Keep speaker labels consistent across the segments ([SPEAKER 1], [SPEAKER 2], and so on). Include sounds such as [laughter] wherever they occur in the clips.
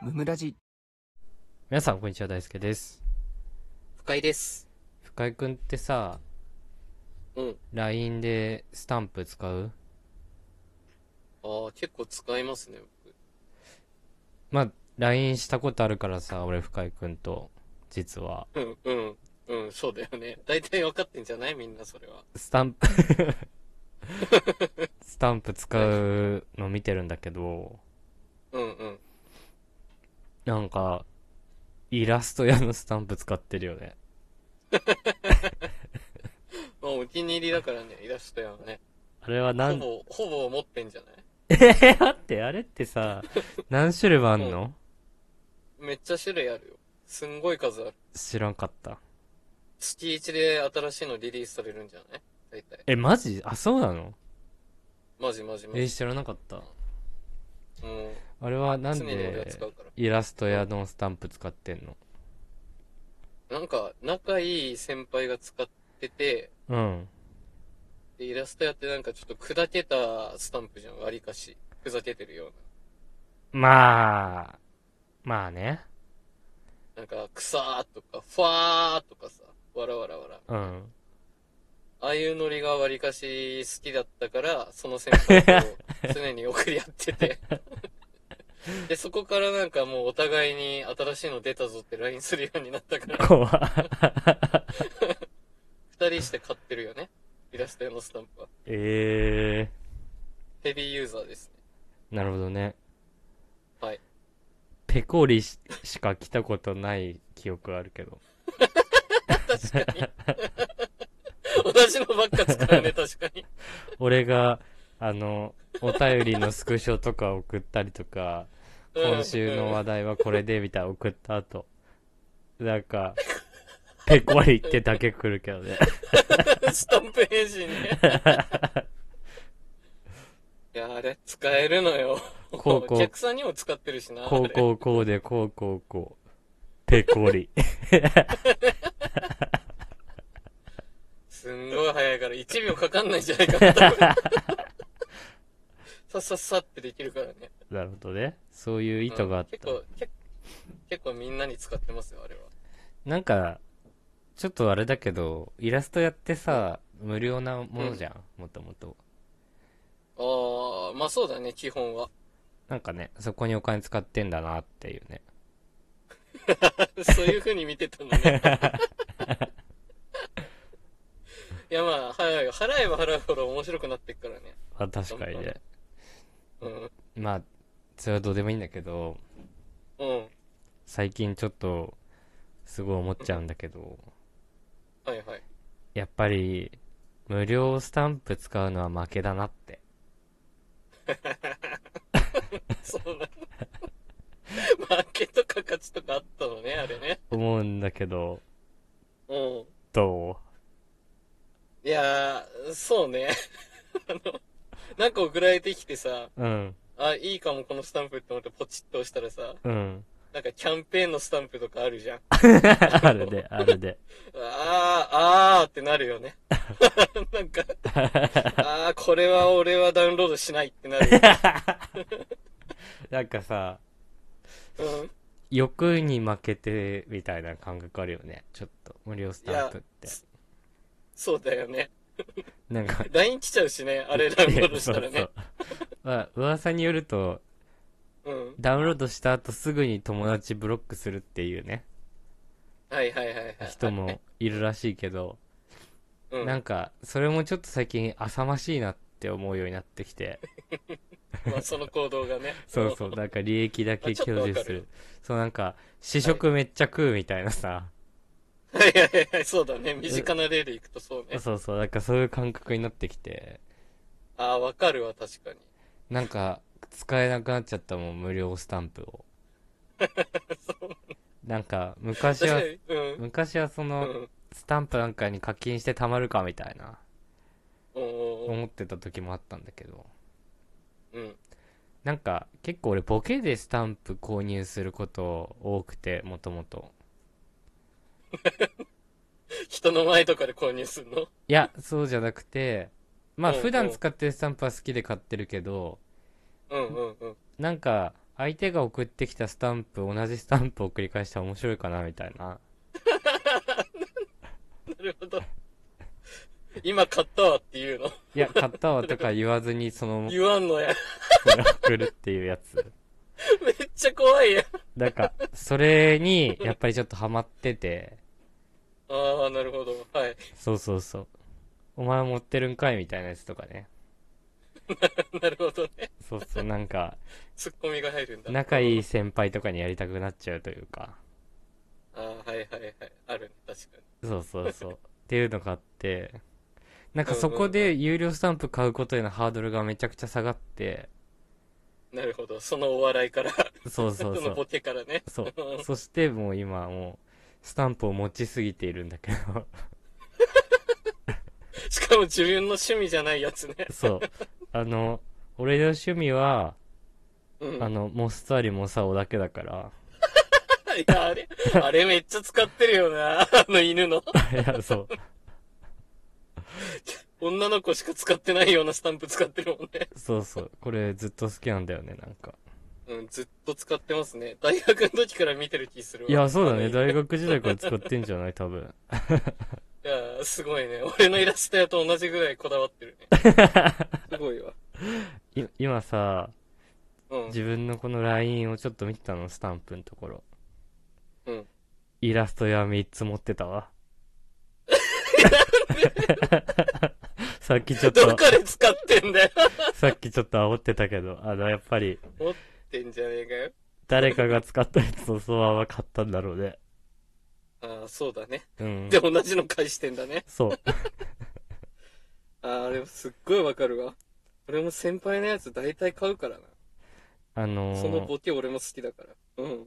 [SPEAKER 1] ムムラジ
[SPEAKER 2] 皆さんこんにちは大輔です
[SPEAKER 3] 深井です。
[SPEAKER 2] 深井くんってさ
[SPEAKER 3] うん。
[SPEAKER 2] LINE でスタンプ使う
[SPEAKER 3] ああ、結構使いますね、僕。
[SPEAKER 2] まあ LINE したことあるからさ俺深井くんと実は
[SPEAKER 3] うん、うん、うん、そうだよね。大体分かってんじゃないみんなそれは。
[SPEAKER 2] スタン
[SPEAKER 3] [laughs]
[SPEAKER 2] プスタンプ使うの見てるんだけど
[SPEAKER 3] うん、うん。
[SPEAKER 2] なんかイラスト屋のスタンプ使ってるよね
[SPEAKER 3] まあ、お気に入りだからね、イラストやはね。
[SPEAKER 2] あれはなん
[SPEAKER 3] ほぼ、ほぼ持ってんじゃない
[SPEAKER 2] え [laughs] 待ってあれってさ何種類もあんの、
[SPEAKER 3] めっちゃ種類あるよ。すんごい数ある。
[SPEAKER 2] 知らんかった
[SPEAKER 3] 月1で新しいのリリースされるんじゃない大体。
[SPEAKER 2] えマジあそうなの
[SPEAKER 3] マジマジマ
[SPEAKER 2] え
[SPEAKER 3] ジ。
[SPEAKER 2] 知らなかった
[SPEAKER 3] うん。
[SPEAKER 2] あれはなん
[SPEAKER 3] 常に俺は
[SPEAKER 2] で
[SPEAKER 3] 使うから。
[SPEAKER 2] イラストやのスタンプ使ってんの
[SPEAKER 3] なんか、仲いい先輩が使ってて、
[SPEAKER 2] うん。
[SPEAKER 3] で、イラストやってなんかちょっと砕けたスタンプじゃん、わりかし。ふざけてるような。
[SPEAKER 2] まあ、まあね。
[SPEAKER 3] なんか、くさーとか、ふわーとかさ、わらわらわら。
[SPEAKER 2] うん。
[SPEAKER 3] ああいうノリがわりかし好きだったから、その先輩と常に送り合ってて。で、そこからなんかもうお互いに新しいの出たぞって LINE するようになったから、
[SPEAKER 2] 怖い。
[SPEAKER 3] 二人して買ってるよね。イラスト用のスタンプは。
[SPEAKER 2] え
[SPEAKER 3] ヘビーユーザーですね。
[SPEAKER 2] ー、なるほどね。
[SPEAKER 3] はい。
[SPEAKER 2] ペコリししか来たことない記憶あるけど。
[SPEAKER 3] 同じのばっか使
[SPEAKER 2] [laughs]
[SPEAKER 3] うね、確かに。
[SPEAKER 2] 俺が、あの、お便りのスクショとか送ったりとか、
[SPEAKER 3] うん
[SPEAKER 2] 今週の話題はこれでみたいな送った後、なんか、ペコリってだけ来るけどね。
[SPEAKER 3] スタンプ返信ね。いや、あれ、使えるのよ。
[SPEAKER 2] こうこう
[SPEAKER 3] お客さんにも使ってるしな。
[SPEAKER 2] こうこうこうで、こうこうこう。ペコリ。
[SPEAKER 3] すんごい早いから、1秒かかんないんじゃないかな。
[SPEAKER 2] [laughs]
[SPEAKER 3] 多分さっさっさってできるからね。
[SPEAKER 2] なるほどね。そういう意図があっ
[SPEAKER 3] うん結
[SPEAKER 2] た。
[SPEAKER 3] 構、結結構みんなに使ってますよ、あれは。
[SPEAKER 2] なんか、ちょっとあれだけど、イラストやってさ、無料なものじゃん、もともと。
[SPEAKER 3] ああ、まあそうだね、基本は。 [laughs]
[SPEAKER 2] なんかね、そこにお金使ってんだなっていうね。
[SPEAKER 3] そういう風に見てたんだ
[SPEAKER 2] [laughs]
[SPEAKER 3] ね。いやまあ、はい、払えば払うほど面白くなってくからね。
[SPEAKER 2] あ、確かにね。
[SPEAKER 3] うん。
[SPEAKER 2] まあ、それはどうでもいいんだけど、
[SPEAKER 3] うん。
[SPEAKER 2] 最近ちょっと、すごい思っちゃうんだけど、
[SPEAKER 3] はいはい。
[SPEAKER 2] やっぱり、無料スタンプ使うのは負けだなって。
[SPEAKER 3] そ
[SPEAKER 2] [laughs]
[SPEAKER 3] うだ。まあ、負けとか勝ちとかあったのね、あれね。
[SPEAKER 2] 思うんだけど、
[SPEAKER 3] うん。
[SPEAKER 2] ど
[SPEAKER 3] いやー、そうね。 [laughs] あの、なんか送られてきてさ、
[SPEAKER 2] ううん、
[SPEAKER 3] あ、いいかもこのスタンプって思ってポチッと押したらさ、
[SPEAKER 2] [laughs] うん。
[SPEAKER 3] なんかキャンペーンのスタンプとかあるじゃん。
[SPEAKER 2] あるで、ある [laughs] で。
[SPEAKER 3] ああ、ああってなるよね。 [laughs] なん
[SPEAKER 2] [laughs]
[SPEAKER 3] か、ああ、これは俺はダウンロードしないってなるよね。
[SPEAKER 2] なんかさ、
[SPEAKER 3] うん。
[SPEAKER 2] 欲に負けてみたいな感覚あるよねちょっと無料スタンプって
[SPEAKER 3] そうだよね。
[SPEAKER 2] なんか
[SPEAKER 3] LINE 来ちゃうしね、あれダウンロードしたら
[SPEAKER 2] [laughs] そうそ
[SPEAKER 3] ね
[SPEAKER 2] う。まあ噂によると
[SPEAKER 3] うん。
[SPEAKER 2] ダウンロードした後すぐに友達ブロックするっていうね
[SPEAKER 3] はいはいはいはい。
[SPEAKER 2] 人もいるらしいけど
[SPEAKER 3] うん。
[SPEAKER 2] なんかそれもちょっと最近浅ましいなって思うようになってきて
[SPEAKER 3] まあ、その行動がね。
[SPEAKER 2] [laughs] そう
[SPEAKER 3] [laughs]
[SPEAKER 2] そうなんか利益だけ
[SPEAKER 3] あちょっとわ
[SPEAKER 2] 享
[SPEAKER 3] かる
[SPEAKER 2] 受するそうなんか試食めっちゃ食うみたいなさ
[SPEAKER 3] うん。はいはいはい、そうだね。身近な例でいくとそうね。
[SPEAKER 2] そうそうなんかそういう感覚になってきて
[SPEAKER 3] ああ、わかるわ、確かに。
[SPEAKER 2] なんか使えなくなっちゃったもん無料スタンプ
[SPEAKER 3] [laughs]
[SPEAKER 2] をなんか昔
[SPEAKER 3] 確か
[SPEAKER 2] は
[SPEAKER 3] に、うん。
[SPEAKER 2] 昔はそうの
[SPEAKER 3] ん。
[SPEAKER 2] スタンプなんかに課金して貯まるかみたいな
[SPEAKER 3] うんうん
[SPEAKER 2] 思ってた時もあったんだけど
[SPEAKER 3] うん。
[SPEAKER 2] なんか結構俺ボケでスタンプ購入すること多くてもともと
[SPEAKER 3] 人の前とかで購入するの
[SPEAKER 2] いやそうじゃなくてまあ
[SPEAKER 3] うんうん
[SPEAKER 2] 普段使ってるスタンプは好きで買ってるけど
[SPEAKER 3] うんうんうん。
[SPEAKER 2] なんか相手が送ってきたスタンプ同じスタンプを繰り返したら面白いかなみたいな
[SPEAKER 3] なるほど。今買ったわっていうの。
[SPEAKER 2] いや買ったわとか言わず [laughs] にそのま
[SPEAKER 3] 言わんのや。
[SPEAKER 2] ま送るっていうやつ
[SPEAKER 3] めっちゃ怖いや。
[SPEAKER 2] なんかそれにやっぱりちょっとハマってて
[SPEAKER 3] ああ、なるほど。はい。
[SPEAKER 2] そうそうそうお前持ってるんかいみたいなやつとかね
[SPEAKER 3] なるほどね。
[SPEAKER 2] そうそうなんか
[SPEAKER 3] ツッコミが入るんだ。
[SPEAKER 2] 仲いい先輩とかにやりたくなっちゃうというか
[SPEAKER 3] ああ、はいはいはい。あるね、確か
[SPEAKER 2] そうそうそうっていうのがあってなんかそこで有料スタンプ買うことへのハードルがめちゃくちゃ下がって
[SPEAKER 3] に。なるほど。そのお笑いから、
[SPEAKER 2] そうそうそ
[SPEAKER 3] のボ
[SPEAKER 2] う
[SPEAKER 3] ケからね。
[SPEAKER 2] そうそしてもう今もうスタンプを持ちすぎているんだけど
[SPEAKER 3] しかも自分の趣味じゃないやつね。
[SPEAKER 2] そうあの俺の趣味は
[SPEAKER 3] うん。
[SPEAKER 2] あのモスタリモサオだけだから
[SPEAKER 3] いや、あれ、あれめっちゃ使ってるよな。あの犬の。
[SPEAKER 2] いやそう
[SPEAKER 3] 女の子しか使ってないようなスタンプ使ってるもんね。
[SPEAKER 2] そうそうこれずっと好きなんだよねなんか
[SPEAKER 3] うん、ずっと使ってますね。大学の時から見てる気するわ。
[SPEAKER 2] いやそうだね
[SPEAKER 3] いや
[SPEAKER 2] 大学時代から使ってんじゃない多分
[SPEAKER 3] ー、すごいね。俺のイラスト屋と同じぐらいこだわってる
[SPEAKER 2] [laughs]
[SPEAKER 3] ね。すごいわ。
[SPEAKER 2] い今さ
[SPEAKER 3] うん。
[SPEAKER 2] 自分のこの LINE をちょっと見てたのスタンプのところ
[SPEAKER 3] うん
[SPEAKER 2] イラストや3つ持ってた
[SPEAKER 3] [laughs]
[SPEAKER 2] わさっきちょっ
[SPEAKER 3] どっ
[SPEAKER 2] と
[SPEAKER 3] かで使ってんだよ。
[SPEAKER 2] さっきちょっと煽ってたけどあのやっぱり
[SPEAKER 3] 持ってんじゃねえかよ。
[SPEAKER 2] 誰かが使ったやつをそのまま買ったんだろうね
[SPEAKER 3] ああ、そうだね。
[SPEAKER 2] うん
[SPEAKER 3] で、同じの返してんだね。
[SPEAKER 2] そう
[SPEAKER 3] ああ、あれすっごいわかるわ。俺も先輩のやつ大体買うからな。
[SPEAKER 2] あのー
[SPEAKER 3] そのボケ俺も好きだから。うん。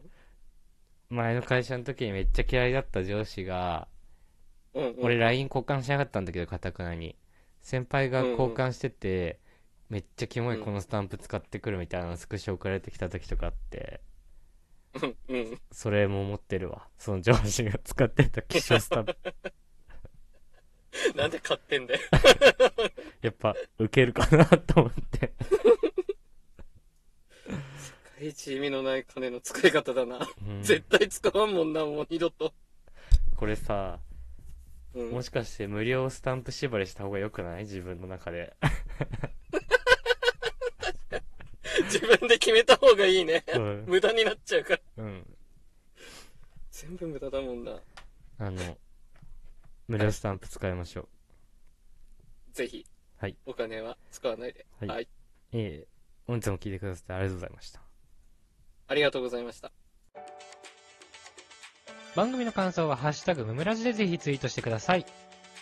[SPEAKER 2] 前の会社の時にめっちゃ嫌いだった上司が
[SPEAKER 3] うん、うん。
[SPEAKER 2] 俺 LINE 交換しなかったんだけどかたくなに先輩が交換してて、めっちゃキモいこのスタンプ使ってくるみたいなスクショ送られてきた時とかあって
[SPEAKER 3] うん、うん。
[SPEAKER 2] それも持ってるわその上司が使ってた希少スタン
[SPEAKER 3] [laughs]
[SPEAKER 2] プ
[SPEAKER 3] なんで買って
[SPEAKER 2] [laughs]
[SPEAKER 3] んだよ。
[SPEAKER 2] やっぱウケるかなと思って
[SPEAKER 3] 第一意味のない金の使い方だな。
[SPEAKER 2] うん
[SPEAKER 3] 絶対使わんもんな、もう二度と。
[SPEAKER 2] これさ
[SPEAKER 3] うん。
[SPEAKER 2] もしかして無料スタンプ縛りした方がよくない自分の中
[SPEAKER 3] [laughs]
[SPEAKER 2] で
[SPEAKER 3] 自分で決めた方がいいね。
[SPEAKER 2] うん
[SPEAKER 3] 無駄になっちゃうから。
[SPEAKER 2] うん
[SPEAKER 3] 全部無駄だもんな。
[SPEAKER 2] あの無料スタンプ使いましょう
[SPEAKER 3] ぜひ。
[SPEAKER 2] はい
[SPEAKER 3] お金は使わないで。
[SPEAKER 2] はい
[SPEAKER 3] はい。
[SPEAKER 2] ええ本日も聞いてくださってありがとうございました
[SPEAKER 3] ありがとうございました。
[SPEAKER 2] 番組の感想は「ハッシュタグむむらじ」でぜひツイートしてくださいチ